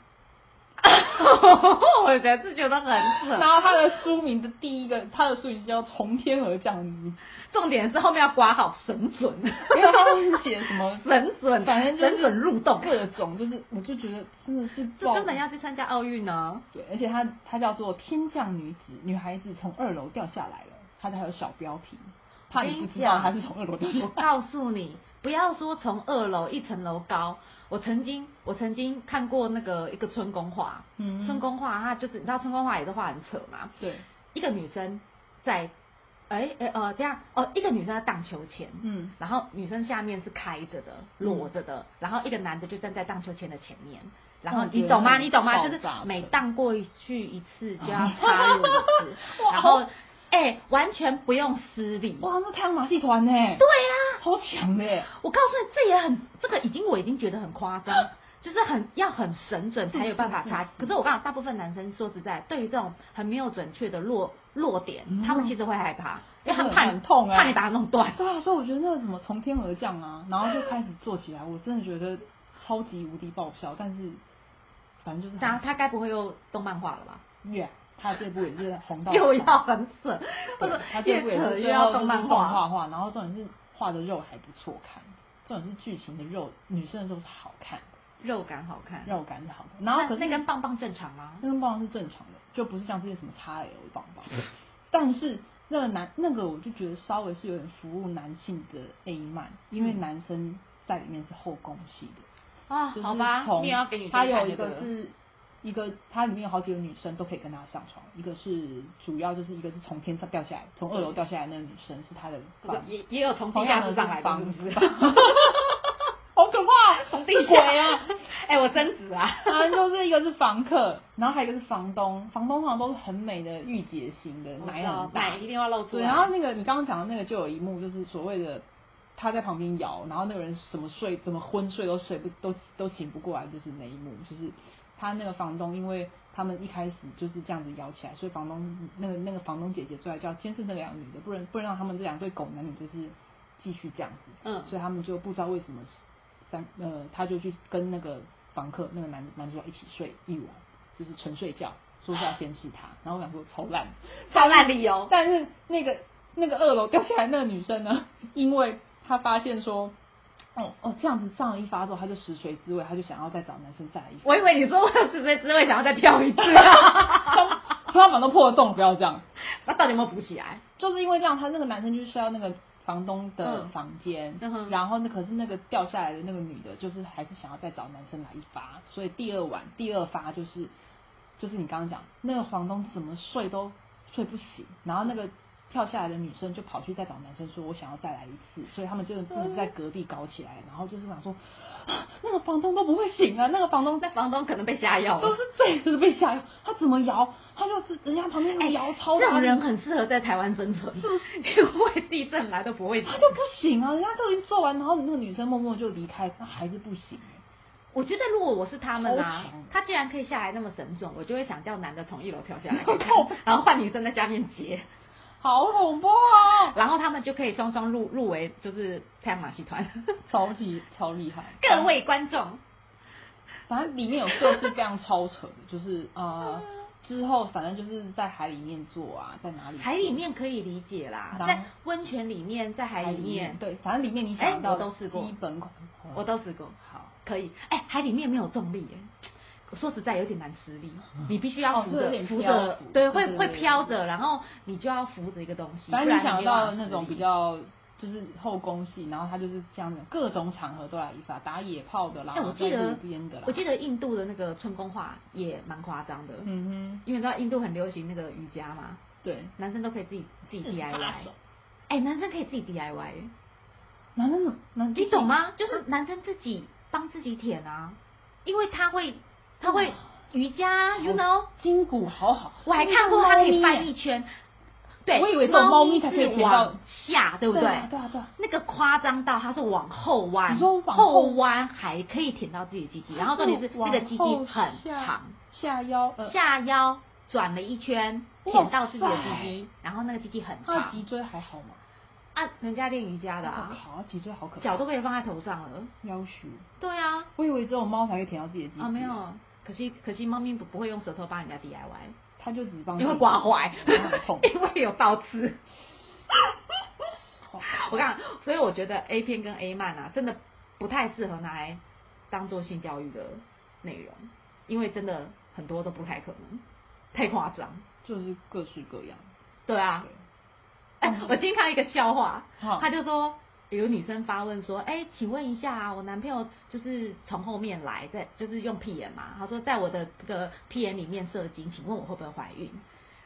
[SPEAKER 1] 我觉得是觉得很
[SPEAKER 2] 然
[SPEAKER 1] 蠢。
[SPEAKER 2] 后他的书名的第一个，他的书名叫《从天而降》，因
[SPEAKER 1] 重点是后面要刮好神准，
[SPEAKER 2] 为他都是写什么
[SPEAKER 1] 神准，
[SPEAKER 2] 反正就是
[SPEAKER 1] 神准入洞，
[SPEAKER 2] 各种，就是我就觉得真的是
[SPEAKER 1] 这
[SPEAKER 2] 爆
[SPEAKER 1] 根本要去参加奥运呢。
[SPEAKER 2] 对，而且它它叫做“天降女子”，女孩子从二楼掉下来了，它还有小标题，怕你不知
[SPEAKER 1] 哎
[SPEAKER 2] 道她是从二楼掉下
[SPEAKER 1] 我
[SPEAKER 2] 来。
[SPEAKER 1] 告诉你，不要说从二楼一层楼高，我曾经我曾经看过那个一个春宫画，
[SPEAKER 2] 嗯
[SPEAKER 1] 春宫画它就是你知道春宫画也是画很扯嘛，
[SPEAKER 2] 对，
[SPEAKER 1] 一个女生在，哎哎呃这样哦，一个女生在荡秋千，
[SPEAKER 2] 嗯，
[SPEAKER 1] 然后女生下面是开着的，裸着的，然后一个男的就站在荡秋千的前面，然后
[SPEAKER 2] 我嗯哦觉
[SPEAKER 1] 你
[SPEAKER 2] 得
[SPEAKER 1] 懂吗？
[SPEAKER 2] 那
[SPEAKER 1] 你懂吗？
[SPEAKER 2] 爆
[SPEAKER 1] 就是
[SPEAKER 2] 炸的
[SPEAKER 1] 每荡过去一次 就要插入一次
[SPEAKER 2] 哇，
[SPEAKER 1] 然后哎、完全不用失礼。
[SPEAKER 2] 嗯哇，那太阳马戏团呢？对
[SPEAKER 1] 对啊呀、
[SPEAKER 2] 超强的耶！
[SPEAKER 1] 我告诉你，这也很这个已经我已经觉得很夸 张。就是很要很神准才有办法插，可是我告诉你，大部分男生说实在，对于这种很没有准确的落落点，
[SPEAKER 2] 嗯
[SPEAKER 1] 他们其实会害怕，因为他们
[SPEAKER 2] 真的
[SPEAKER 1] 怕
[SPEAKER 2] 很痛啊
[SPEAKER 1] 怕你把它弄断。
[SPEAKER 2] 对啊，所以我觉得那个什么从天而降啊，然后就开始做起来，我真的觉得超级无敌爆笑。但是反正就是
[SPEAKER 1] 那
[SPEAKER 2] 很
[SPEAKER 1] 他该不会又动漫化了吧？
[SPEAKER 2] 越他这部也是红 到
[SPEAKER 1] 又
[SPEAKER 2] 爆
[SPEAKER 1] 要很扯，或
[SPEAKER 2] 对
[SPEAKER 1] 者
[SPEAKER 2] 他这
[SPEAKER 1] 越
[SPEAKER 2] 部也
[SPEAKER 1] 扯
[SPEAKER 2] 是
[SPEAKER 1] 越
[SPEAKER 2] 最后
[SPEAKER 1] 要
[SPEAKER 2] 就是
[SPEAKER 1] 动漫
[SPEAKER 2] 画
[SPEAKER 1] 化。
[SPEAKER 2] 画，然后重点是画的肉还不错看，重点是剧情的肉，女生的肉是好看的，
[SPEAKER 1] 肉感好看。
[SPEAKER 2] 肉感是好看的。然
[SPEAKER 1] 嗯
[SPEAKER 2] 后
[SPEAKER 1] 那
[SPEAKER 2] 可是
[SPEAKER 1] 那根棒棒正常吗？
[SPEAKER 2] 那根棒棒是正常的，就不是像这些什么 XL 棒棒。但是那个男那个我就觉得稍微是有点服务男性的 A 漫，因为
[SPEAKER 1] 嗯
[SPEAKER 2] 男生在里面是后宫戏的，
[SPEAKER 1] 啊，
[SPEAKER 2] 就是
[SPEAKER 1] 好吧，
[SPEAKER 2] 从
[SPEAKER 1] 你也要给女生
[SPEAKER 2] 他
[SPEAKER 1] 看
[SPEAKER 2] 有一
[SPEAKER 1] 就对
[SPEAKER 2] 个
[SPEAKER 1] 了
[SPEAKER 2] 是一个，它里面有好几个女生都可以跟他上床，一个是主要就是一个是从天上掉下来，从二楼掉下来那个女生是他的
[SPEAKER 1] 不是
[SPEAKER 2] 房，
[SPEAKER 1] 也也有从
[SPEAKER 2] 同
[SPEAKER 1] 地
[SPEAKER 2] 样
[SPEAKER 1] 下
[SPEAKER 2] 的
[SPEAKER 1] 室
[SPEAKER 2] 是
[SPEAKER 1] 上来的，
[SPEAKER 2] 房
[SPEAKER 1] 是不是？
[SPEAKER 2] 子吧， 好可怕，
[SPEAKER 1] 从地
[SPEAKER 2] 是
[SPEAKER 1] 下
[SPEAKER 2] 鬼啊！！
[SPEAKER 1] 哎，我贞子啊！
[SPEAKER 2] 反正就是一个是房客，然后还有一个是房东，房东好像都是很美的御姐型的，
[SPEAKER 1] 我
[SPEAKER 2] 奶嗯很
[SPEAKER 1] 知道
[SPEAKER 2] 大
[SPEAKER 1] 哦啊奶，一定要露出
[SPEAKER 2] 对，啊
[SPEAKER 1] 来。
[SPEAKER 2] 然后那个你刚刚讲的那个就有一幕，就是所谓的他在旁边摇，然后那个人什么睡怎么昏睡都睡不都都醒不过来，就是那一幕，就是他那个房东，因为他们一开始就是这样子摇起来，所以房东那个那个房东姐姐出来叫监视那两个女的，不能不能让他们这两对狗男女就是继续这样子，
[SPEAKER 1] 嗯
[SPEAKER 2] 所以他们就不知道为什么三呃，他就去跟那个房客那个男男主角一起睡一晚，就是纯睡觉。说是要监视他，然后我想说超烂，
[SPEAKER 1] 超烂理由
[SPEAKER 2] 但是那个那个二楼掉下来那个女生呢， 因为她发现说，哦哦这样子上了一发之后，她就食髓知味，她就想要再找男生再来一发。
[SPEAKER 1] 我以为你说我只是只会想要再跳一次
[SPEAKER 2] 天
[SPEAKER 1] 啊，
[SPEAKER 2] 花板都破了洞，不要这样。
[SPEAKER 1] 那到底有没有补起来？
[SPEAKER 2] 就是因为这样，他那个男生就睡到那个房东的房间，
[SPEAKER 1] 嗯嗯哼
[SPEAKER 2] 然后呢，可是那个掉下来的那个女的，就是还是想要再找男生来一发，所以第二晚第二发就是就是你刚刚讲那个房东怎么睡都睡不醒，然后那个跳下来的女生就跑去再找男生说，我想要再来一次，所以他们就真的是在隔壁搞起来，然后就是想说、 啊那个房东都不会醒啊，那个房东
[SPEAKER 1] 那房东可能被吓药
[SPEAKER 2] 都
[SPEAKER 1] 了
[SPEAKER 2] 是。醉死被吓， 他怎么摇，他就是人家旁边那个摇超
[SPEAKER 1] 这
[SPEAKER 2] 大
[SPEAKER 1] 种哎
[SPEAKER 2] 力
[SPEAKER 1] 人很适合在台湾生存，
[SPEAKER 2] 是不
[SPEAKER 1] 因为地震来都不会死
[SPEAKER 2] 他。就不行啊，人家都已经做完，然后那个女生默默就离开，他还是不行。欸
[SPEAKER 1] 我觉得如果我是他们
[SPEAKER 2] 超
[SPEAKER 1] 啊
[SPEAKER 2] 强，
[SPEAKER 1] 他既然可以下来那么神准，我就会想叫男的从一楼跳下来
[SPEAKER 2] 好恐怖，
[SPEAKER 1] 然后换女生在下面接，
[SPEAKER 2] 好恐 怖啊！
[SPEAKER 1] 然后他们就可以双双入入围，就是太阳马戏 团。
[SPEAKER 2] 超级超厉害，
[SPEAKER 1] 各位观众，
[SPEAKER 2] 反正里面有设施非常超扯的，就是呃之后反正就是在海里面做啊，在哪里做
[SPEAKER 1] 海里面可以理解啦，
[SPEAKER 2] 然后
[SPEAKER 1] 在温泉里面，在海
[SPEAKER 2] 海
[SPEAKER 1] 里面，
[SPEAKER 2] 对，反正里面你想到
[SPEAKER 1] 哎我都试过
[SPEAKER 2] 基本款，
[SPEAKER 1] 我都试过，
[SPEAKER 2] 好。
[SPEAKER 1] 可以。哎，海里面没有重力耶。说实在有点难施力，你必须
[SPEAKER 2] 哦
[SPEAKER 1] 要扶
[SPEAKER 2] 这有
[SPEAKER 1] 着、
[SPEAKER 2] 点
[SPEAKER 1] 扶
[SPEAKER 2] 漂
[SPEAKER 1] 着
[SPEAKER 2] 浮，
[SPEAKER 1] 对，
[SPEAKER 2] 对
[SPEAKER 1] 会
[SPEAKER 2] 对
[SPEAKER 1] 会
[SPEAKER 2] 对
[SPEAKER 1] 飘
[SPEAKER 2] 对
[SPEAKER 1] 着，然后你就要扶着一个东西。
[SPEAKER 2] 反
[SPEAKER 1] 不
[SPEAKER 2] 正
[SPEAKER 1] 然
[SPEAKER 2] 你想
[SPEAKER 1] 没办法
[SPEAKER 2] 到那种
[SPEAKER 1] 施力
[SPEAKER 2] 比较就是后宫戏，然后他就是这样子，各种场合都来一发，打野炮的啦，
[SPEAKER 1] 哎，我记
[SPEAKER 2] 在
[SPEAKER 1] 得
[SPEAKER 2] 路边的啦，
[SPEAKER 1] 我记得印度的那个春宫画也蛮夸张的，
[SPEAKER 2] 嗯
[SPEAKER 1] 因为你知道印度很流行那个瑜伽嘛，
[SPEAKER 2] 哼，对，
[SPEAKER 1] 男生都可以自己自己
[SPEAKER 2] 自己
[SPEAKER 1] DIY
[SPEAKER 2] 发手。
[SPEAKER 1] 哎、男生可以自己 DIY，
[SPEAKER 2] 男生男
[SPEAKER 1] 你懂？吗？就是
[SPEAKER 2] 嗯
[SPEAKER 1] 男生自己帮自己舔啊，因为他会他会
[SPEAKER 2] 哇
[SPEAKER 1] 瑜伽
[SPEAKER 2] 好
[SPEAKER 1] ，you know，
[SPEAKER 2] 筋骨好好，
[SPEAKER 1] 我还看过他可以翻一圈。对，
[SPEAKER 2] 我以为只有猫咪才可以
[SPEAKER 1] 是
[SPEAKER 2] 舔到
[SPEAKER 1] 往下，对不
[SPEAKER 2] 对啊对啊对啊
[SPEAKER 1] 那个夸张到它是往后弯，
[SPEAKER 2] 你说往后
[SPEAKER 1] 后弯还可以舔到自己的鸡鸡，然后重点是那个鸡鸡很长，
[SPEAKER 2] 下腰呃，
[SPEAKER 1] 下腰转了一圈，
[SPEAKER 2] 哇
[SPEAKER 1] 舔到自己的
[SPEAKER 2] 塞
[SPEAKER 1] 鸡鸡，然后那个鸡鸡很
[SPEAKER 2] 他的
[SPEAKER 1] 长
[SPEAKER 2] 脊椎还好吗？
[SPEAKER 1] 啊，人家练瑜伽的
[SPEAKER 2] 我
[SPEAKER 1] 啊，
[SPEAKER 2] 靠，他脊椎好可怕，
[SPEAKER 1] 脚都可以放在头上了，
[SPEAKER 2] 腰虚。
[SPEAKER 1] 对啊，
[SPEAKER 2] 我以为只有猫才可以舔到自己的鸡鸡
[SPEAKER 1] 啊没，有，可惜可惜猫咪不不会用舌头帮人家 DIY，
[SPEAKER 2] 它就只帮
[SPEAKER 1] 因为刮坏，。
[SPEAKER 2] 然后很痛
[SPEAKER 1] 因为有倒刺。
[SPEAKER 2] 好
[SPEAKER 1] 我看，所以我觉得 A 片跟 A 漫啊，真的不太适合拿来当做性教育的内容，因为真的很多都不太可能，太夸张。
[SPEAKER 2] 就是各式各样。
[SPEAKER 1] 对啊，哎、 我今天看到一个笑话，
[SPEAKER 2] 好
[SPEAKER 1] 他就说。有女生发问说：“哎、请问一下啊，我男朋友就是从后面来，在就是用屁眼嘛？他说在我的这个屁眼里面射精，请问我会不会怀孕？”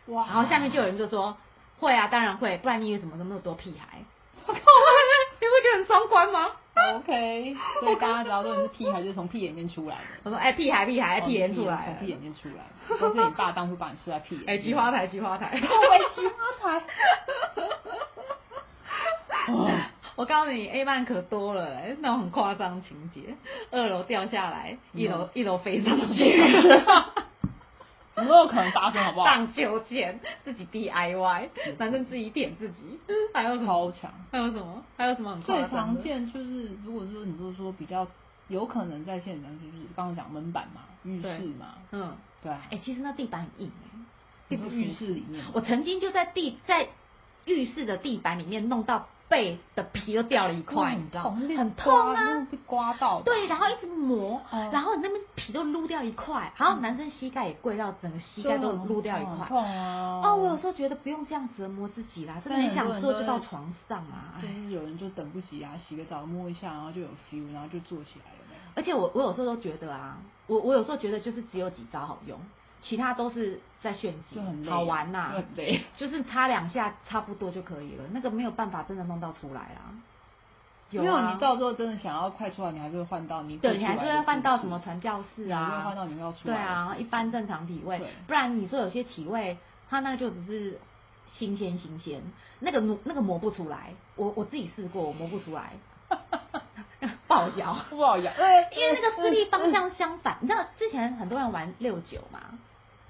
[SPEAKER 2] 对，哇
[SPEAKER 1] 然后下面就有人就说：“会啊，当然会，不然你以为怎么那么多屁孩？”你不觉得很双关吗？
[SPEAKER 2] OK，所以大家只要说你是屁孩，就是从屁眼里面出来的。
[SPEAKER 1] 我说：“哎、屁孩，屁孩，
[SPEAKER 2] 哦
[SPEAKER 1] 屁眼出
[SPEAKER 2] 你
[SPEAKER 1] 来
[SPEAKER 2] 是
[SPEAKER 1] 了
[SPEAKER 2] 从屁眼里面出来的，都是你爸当初把你吃在屁 眼。
[SPEAKER 1] 哎、菊花，台，菊花 台。
[SPEAKER 2] 我菊花 台。哦
[SPEAKER 1] 我告诉你，A 漫可多了、哎那种很夸张情节，二楼掉下来，一楼、一楼飞 上去，
[SPEAKER 2] 什么都有可能发生，好不好？
[SPEAKER 1] 荡秋千，自己 DIY，男生自己舔自己，还有什么？
[SPEAKER 2] 超强。
[SPEAKER 1] 还有什么？还有什么很夸
[SPEAKER 2] 最
[SPEAKER 1] 张的
[SPEAKER 2] 常见就是，如果说你就是说比较有可能在现实中，就是刚刚讲门板嘛、浴
[SPEAKER 1] 对
[SPEAKER 2] 室嘛，
[SPEAKER 1] 嗯，
[SPEAKER 2] 对啊
[SPEAKER 1] 哎、，其实那地板很硬、哎
[SPEAKER 2] 你
[SPEAKER 1] 并不舒
[SPEAKER 2] 说浴
[SPEAKER 1] 服
[SPEAKER 2] 室里面嘛，
[SPEAKER 1] 我曾经就在地在浴室的地板里面弄到背的皮都掉了一块，
[SPEAKER 2] 因为
[SPEAKER 1] 你知道吗？
[SPEAKER 2] 很
[SPEAKER 1] 哦很痛
[SPEAKER 2] 痛
[SPEAKER 1] 啊！
[SPEAKER 2] 被刮到吧。
[SPEAKER 1] 对，然后一直磨，
[SPEAKER 2] 哦嗯
[SPEAKER 1] 然后你那边皮都撸掉一块，然后男生膝盖也跪到整个膝盖都撸掉一
[SPEAKER 2] 就很
[SPEAKER 1] 块。
[SPEAKER 2] 痛啊！
[SPEAKER 1] 哦，我有时候觉得不用这样折磨自己啦，真的
[SPEAKER 2] 但
[SPEAKER 1] 很
[SPEAKER 2] 很
[SPEAKER 1] 想
[SPEAKER 2] 多人
[SPEAKER 1] 做
[SPEAKER 2] 都
[SPEAKER 1] 就到
[SPEAKER 2] 会
[SPEAKER 1] 床上啊。
[SPEAKER 2] 就
[SPEAKER 1] 哎
[SPEAKER 2] 是有人就等不及啊，洗个澡摸一下，然后就有 feel，然后就坐起来了那样。
[SPEAKER 1] 而且我我有时候都觉得啊，我我有时候觉得就是只有几招好用，其他都是在炫技
[SPEAKER 2] 就很，累
[SPEAKER 1] 好玩呐、
[SPEAKER 2] 就很累
[SPEAKER 1] 就是擦两下差不多就可以了，那个没有办法真的弄到出来啦。有
[SPEAKER 2] 没
[SPEAKER 1] 啊，
[SPEAKER 2] 你到时候真的想要快出来，你还是会换到你
[SPEAKER 1] 对，你还是会换
[SPEAKER 2] 换
[SPEAKER 1] 到什么传教士
[SPEAKER 2] 你还
[SPEAKER 1] 啊
[SPEAKER 2] 是，会换到你要出
[SPEAKER 1] 对
[SPEAKER 2] 来的
[SPEAKER 1] 啊，
[SPEAKER 2] 姿势
[SPEAKER 1] 一般正常体位
[SPEAKER 2] 对，
[SPEAKER 1] 不然你说有些体位，它那个就只是新鲜新鲜，那个磨那个磨不出来，我我自己试过，我磨不出来， 不好摇。
[SPEAKER 2] 不好养，哎对，
[SPEAKER 1] 因为那个视力方向相反，你知道之前很多人玩六九 嘛，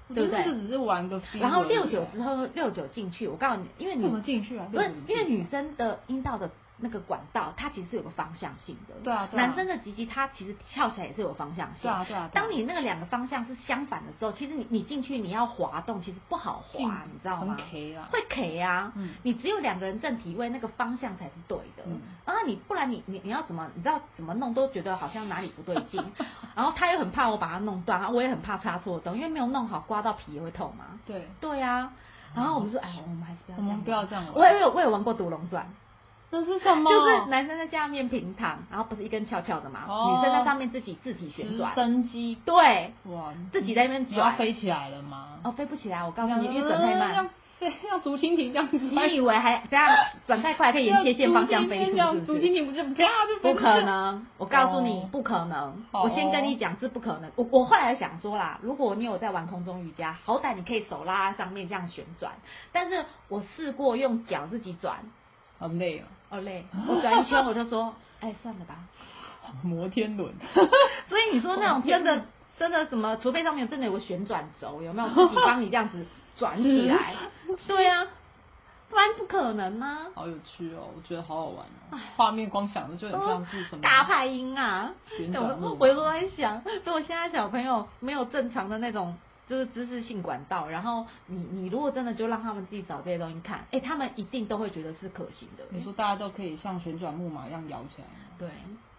[SPEAKER 1] 对不对
[SPEAKER 2] 哎就只是玩个 feel 而已啊。
[SPEAKER 1] 然后六九之后六九进去，我告诉你，因为
[SPEAKER 2] 怎么
[SPEAKER 1] 你
[SPEAKER 2] 进去啊？
[SPEAKER 1] 不是
[SPEAKER 2] 六九
[SPEAKER 1] 因为女生的阴道的那个管道，它其实是有个方向性的。
[SPEAKER 2] 对啊对啊
[SPEAKER 1] 男生的鸡鸡它其实翘起来也是有方向性。
[SPEAKER 2] 对啊对啊对啊
[SPEAKER 1] 当你那个两个方向是相反的时候，其实你你进去你要滑动，其实不好滑，
[SPEAKER 2] 进
[SPEAKER 1] 你知道吗？
[SPEAKER 2] 很 K 啊
[SPEAKER 1] 会 K 啊。
[SPEAKER 2] 嗯
[SPEAKER 1] 你只有两个人正体位，那个方向才是对的。
[SPEAKER 2] 嗯
[SPEAKER 1] 然后你不然你你你要怎么你知道怎么弄都觉得好像哪里不对 劲，然后他又很怕我把它弄断，啊我也很怕插错洞，因为没有弄好刮到皮也会痛嘛。
[SPEAKER 2] 对，
[SPEAKER 1] 对啊，然后我们说，哎，我们还是不要，
[SPEAKER 2] 我们不要这样玩
[SPEAKER 1] 我也有我有玩过独龙钻，
[SPEAKER 2] 那是什么？
[SPEAKER 1] 就是男生在下面平躺，然后不是一根翘翘的嘛，
[SPEAKER 2] 哦
[SPEAKER 1] 女生在上面自己自体旋
[SPEAKER 2] 直
[SPEAKER 1] 转，
[SPEAKER 2] 升机，
[SPEAKER 1] 对，
[SPEAKER 2] 哇，
[SPEAKER 1] 自己在那边
[SPEAKER 2] 你要
[SPEAKER 1] 转，
[SPEAKER 2] 飞起来了吗？
[SPEAKER 1] 哦，飞不起来，我告
[SPEAKER 2] 嗯，
[SPEAKER 1] 诉你，因为转太慢。
[SPEAKER 2] 要， 要要竹蜻蜓这样子吗，
[SPEAKER 1] 你以为还这样转太快可以沿切线方向飞出
[SPEAKER 2] 要
[SPEAKER 1] 是不
[SPEAKER 2] 竹蜻
[SPEAKER 1] 是？
[SPEAKER 2] 蜓不是啪就飞
[SPEAKER 1] 不
[SPEAKER 2] 出去
[SPEAKER 1] 可，能，我告诉你
[SPEAKER 2] 哦
[SPEAKER 1] 不可能。
[SPEAKER 2] 好哦
[SPEAKER 1] 我先跟你讲是不可能。我我后来想说啦，如果你有在玩空中瑜伽，好歹你可以手拉在上面这样旋转，但是我试过用脚自己转，
[SPEAKER 2] 好累哦，
[SPEAKER 1] 好累，我转一圈我就说，哎，算了吧。
[SPEAKER 2] 摩天 轮，
[SPEAKER 1] 所以你说那种真的真的什么，除非上面真的有个旋转轴，有没有自己帮你这样子转起 来？对呀、啊，不然不可能啊！
[SPEAKER 2] 好有趣哦，我觉得好好玩哦，画面光想着就很像是什么
[SPEAKER 1] 大派音啊！
[SPEAKER 2] 旋转木
[SPEAKER 1] 我
[SPEAKER 2] 马
[SPEAKER 1] 我都在想，如果现在小朋友没有正常的那种。就是知识性管道，然后你你如果真的就让他们自己找这些东西看，哎，他们一定都会觉得是可行的。
[SPEAKER 2] 你说大家都可以像旋转木马一样摇起来吗？
[SPEAKER 1] 对，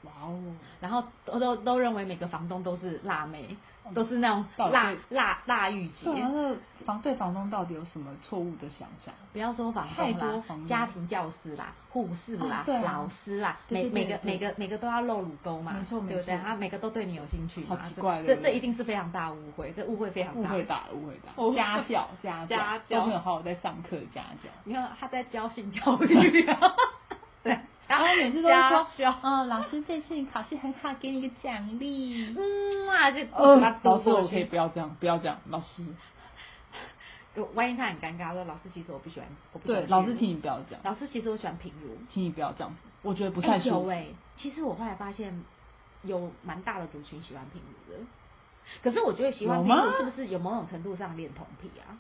[SPEAKER 2] 哇哦，
[SPEAKER 1] 然后都都都认为每个房东都是辣妹，都是那种
[SPEAKER 2] 嗯到底
[SPEAKER 1] 辣
[SPEAKER 2] 是
[SPEAKER 1] 辣辣御姐
[SPEAKER 2] 对。啊，那个房对房东到底有什么错误的想象？
[SPEAKER 1] 不要说房
[SPEAKER 2] 太
[SPEAKER 1] 东
[SPEAKER 2] 多
[SPEAKER 1] 啦
[SPEAKER 2] 房，东
[SPEAKER 1] 家庭教师啦、护士啦
[SPEAKER 2] 哦、对啊
[SPEAKER 1] 老师啦，
[SPEAKER 2] 对
[SPEAKER 1] 每
[SPEAKER 2] 对对
[SPEAKER 1] 每个
[SPEAKER 2] 对
[SPEAKER 1] 每个每个都要露乳沟嘛，
[SPEAKER 2] 没错没
[SPEAKER 1] 对不对？
[SPEAKER 2] 错
[SPEAKER 1] 他每个都对你有兴趣嘛，
[SPEAKER 2] 好奇怪
[SPEAKER 1] 这
[SPEAKER 2] 对不
[SPEAKER 1] 这
[SPEAKER 2] 对
[SPEAKER 1] 这一定是非常大的误会，这误会非常
[SPEAKER 2] 误
[SPEAKER 1] 大。
[SPEAKER 2] 会大了，误会大
[SPEAKER 1] 哦
[SPEAKER 2] 了，家教家教
[SPEAKER 1] 家教
[SPEAKER 2] 都没有好好在上课家教。
[SPEAKER 1] 你看他在教性教育 啊，对，
[SPEAKER 2] 然后每次都会
[SPEAKER 1] 家
[SPEAKER 2] 说
[SPEAKER 1] 教，
[SPEAKER 2] 嗯，老师这次你考试很好，给你一个奖励。
[SPEAKER 1] 嗯啊，就
[SPEAKER 2] 呃
[SPEAKER 1] 把它，
[SPEAKER 2] 老
[SPEAKER 1] 丢
[SPEAKER 2] 师，我
[SPEAKER 1] 过
[SPEAKER 2] 可以
[SPEAKER 1] 去。
[SPEAKER 2] 不要这样，不要这样，老师。
[SPEAKER 1] 有万一他很尴尬，说老师其实我不喜欢，我不喜欢
[SPEAKER 2] 对，
[SPEAKER 1] 去
[SPEAKER 2] 老师，请你不要这样，
[SPEAKER 1] 老师其实我喜欢品如，
[SPEAKER 2] 请你不要这样，我觉得不
[SPEAKER 1] 哎
[SPEAKER 2] 太舒
[SPEAKER 1] 有
[SPEAKER 2] 服。
[SPEAKER 1] 哎、其实我后来发现有蛮大的族群喜欢品如的，可是我觉得喜欢
[SPEAKER 2] 有
[SPEAKER 1] 品
[SPEAKER 2] 吗
[SPEAKER 1] 如是不是有某种程度上恋童癖啊？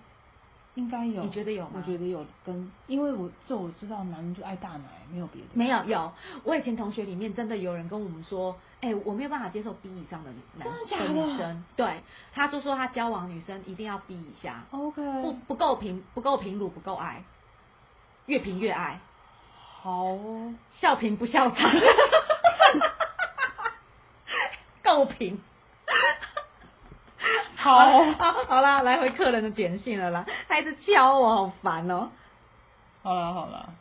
[SPEAKER 2] 应该有，
[SPEAKER 1] 你觉得有吗
[SPEAKER 2] 我觉得有跟，因为我这我知道，男人就爱大奶，没有别的。
[SPEAKER 1] 没有有，我以前同学里面真的有人跟我们说，哎、我没有办法接受 B 以上的男
[SPEAKER 2] 真的假的
[SPEAKER 1] 女生，对，他就说他交往女生一定要 B 以下，
[SPEAKER 2] OK，
[SPEAKER 1] 不不够平不够平乳不够爱，越平越爱，
[SPEAKER 2] 好哦，
[SPEAKER 1] 笑贫不笑娼，够平。
[SPEAKER 2] 好
[SPEAKER 1] 啊好啦，来回客人的点信了啦，他一直敲我，好烦哦、
[SPEAKER 2] 好了好了，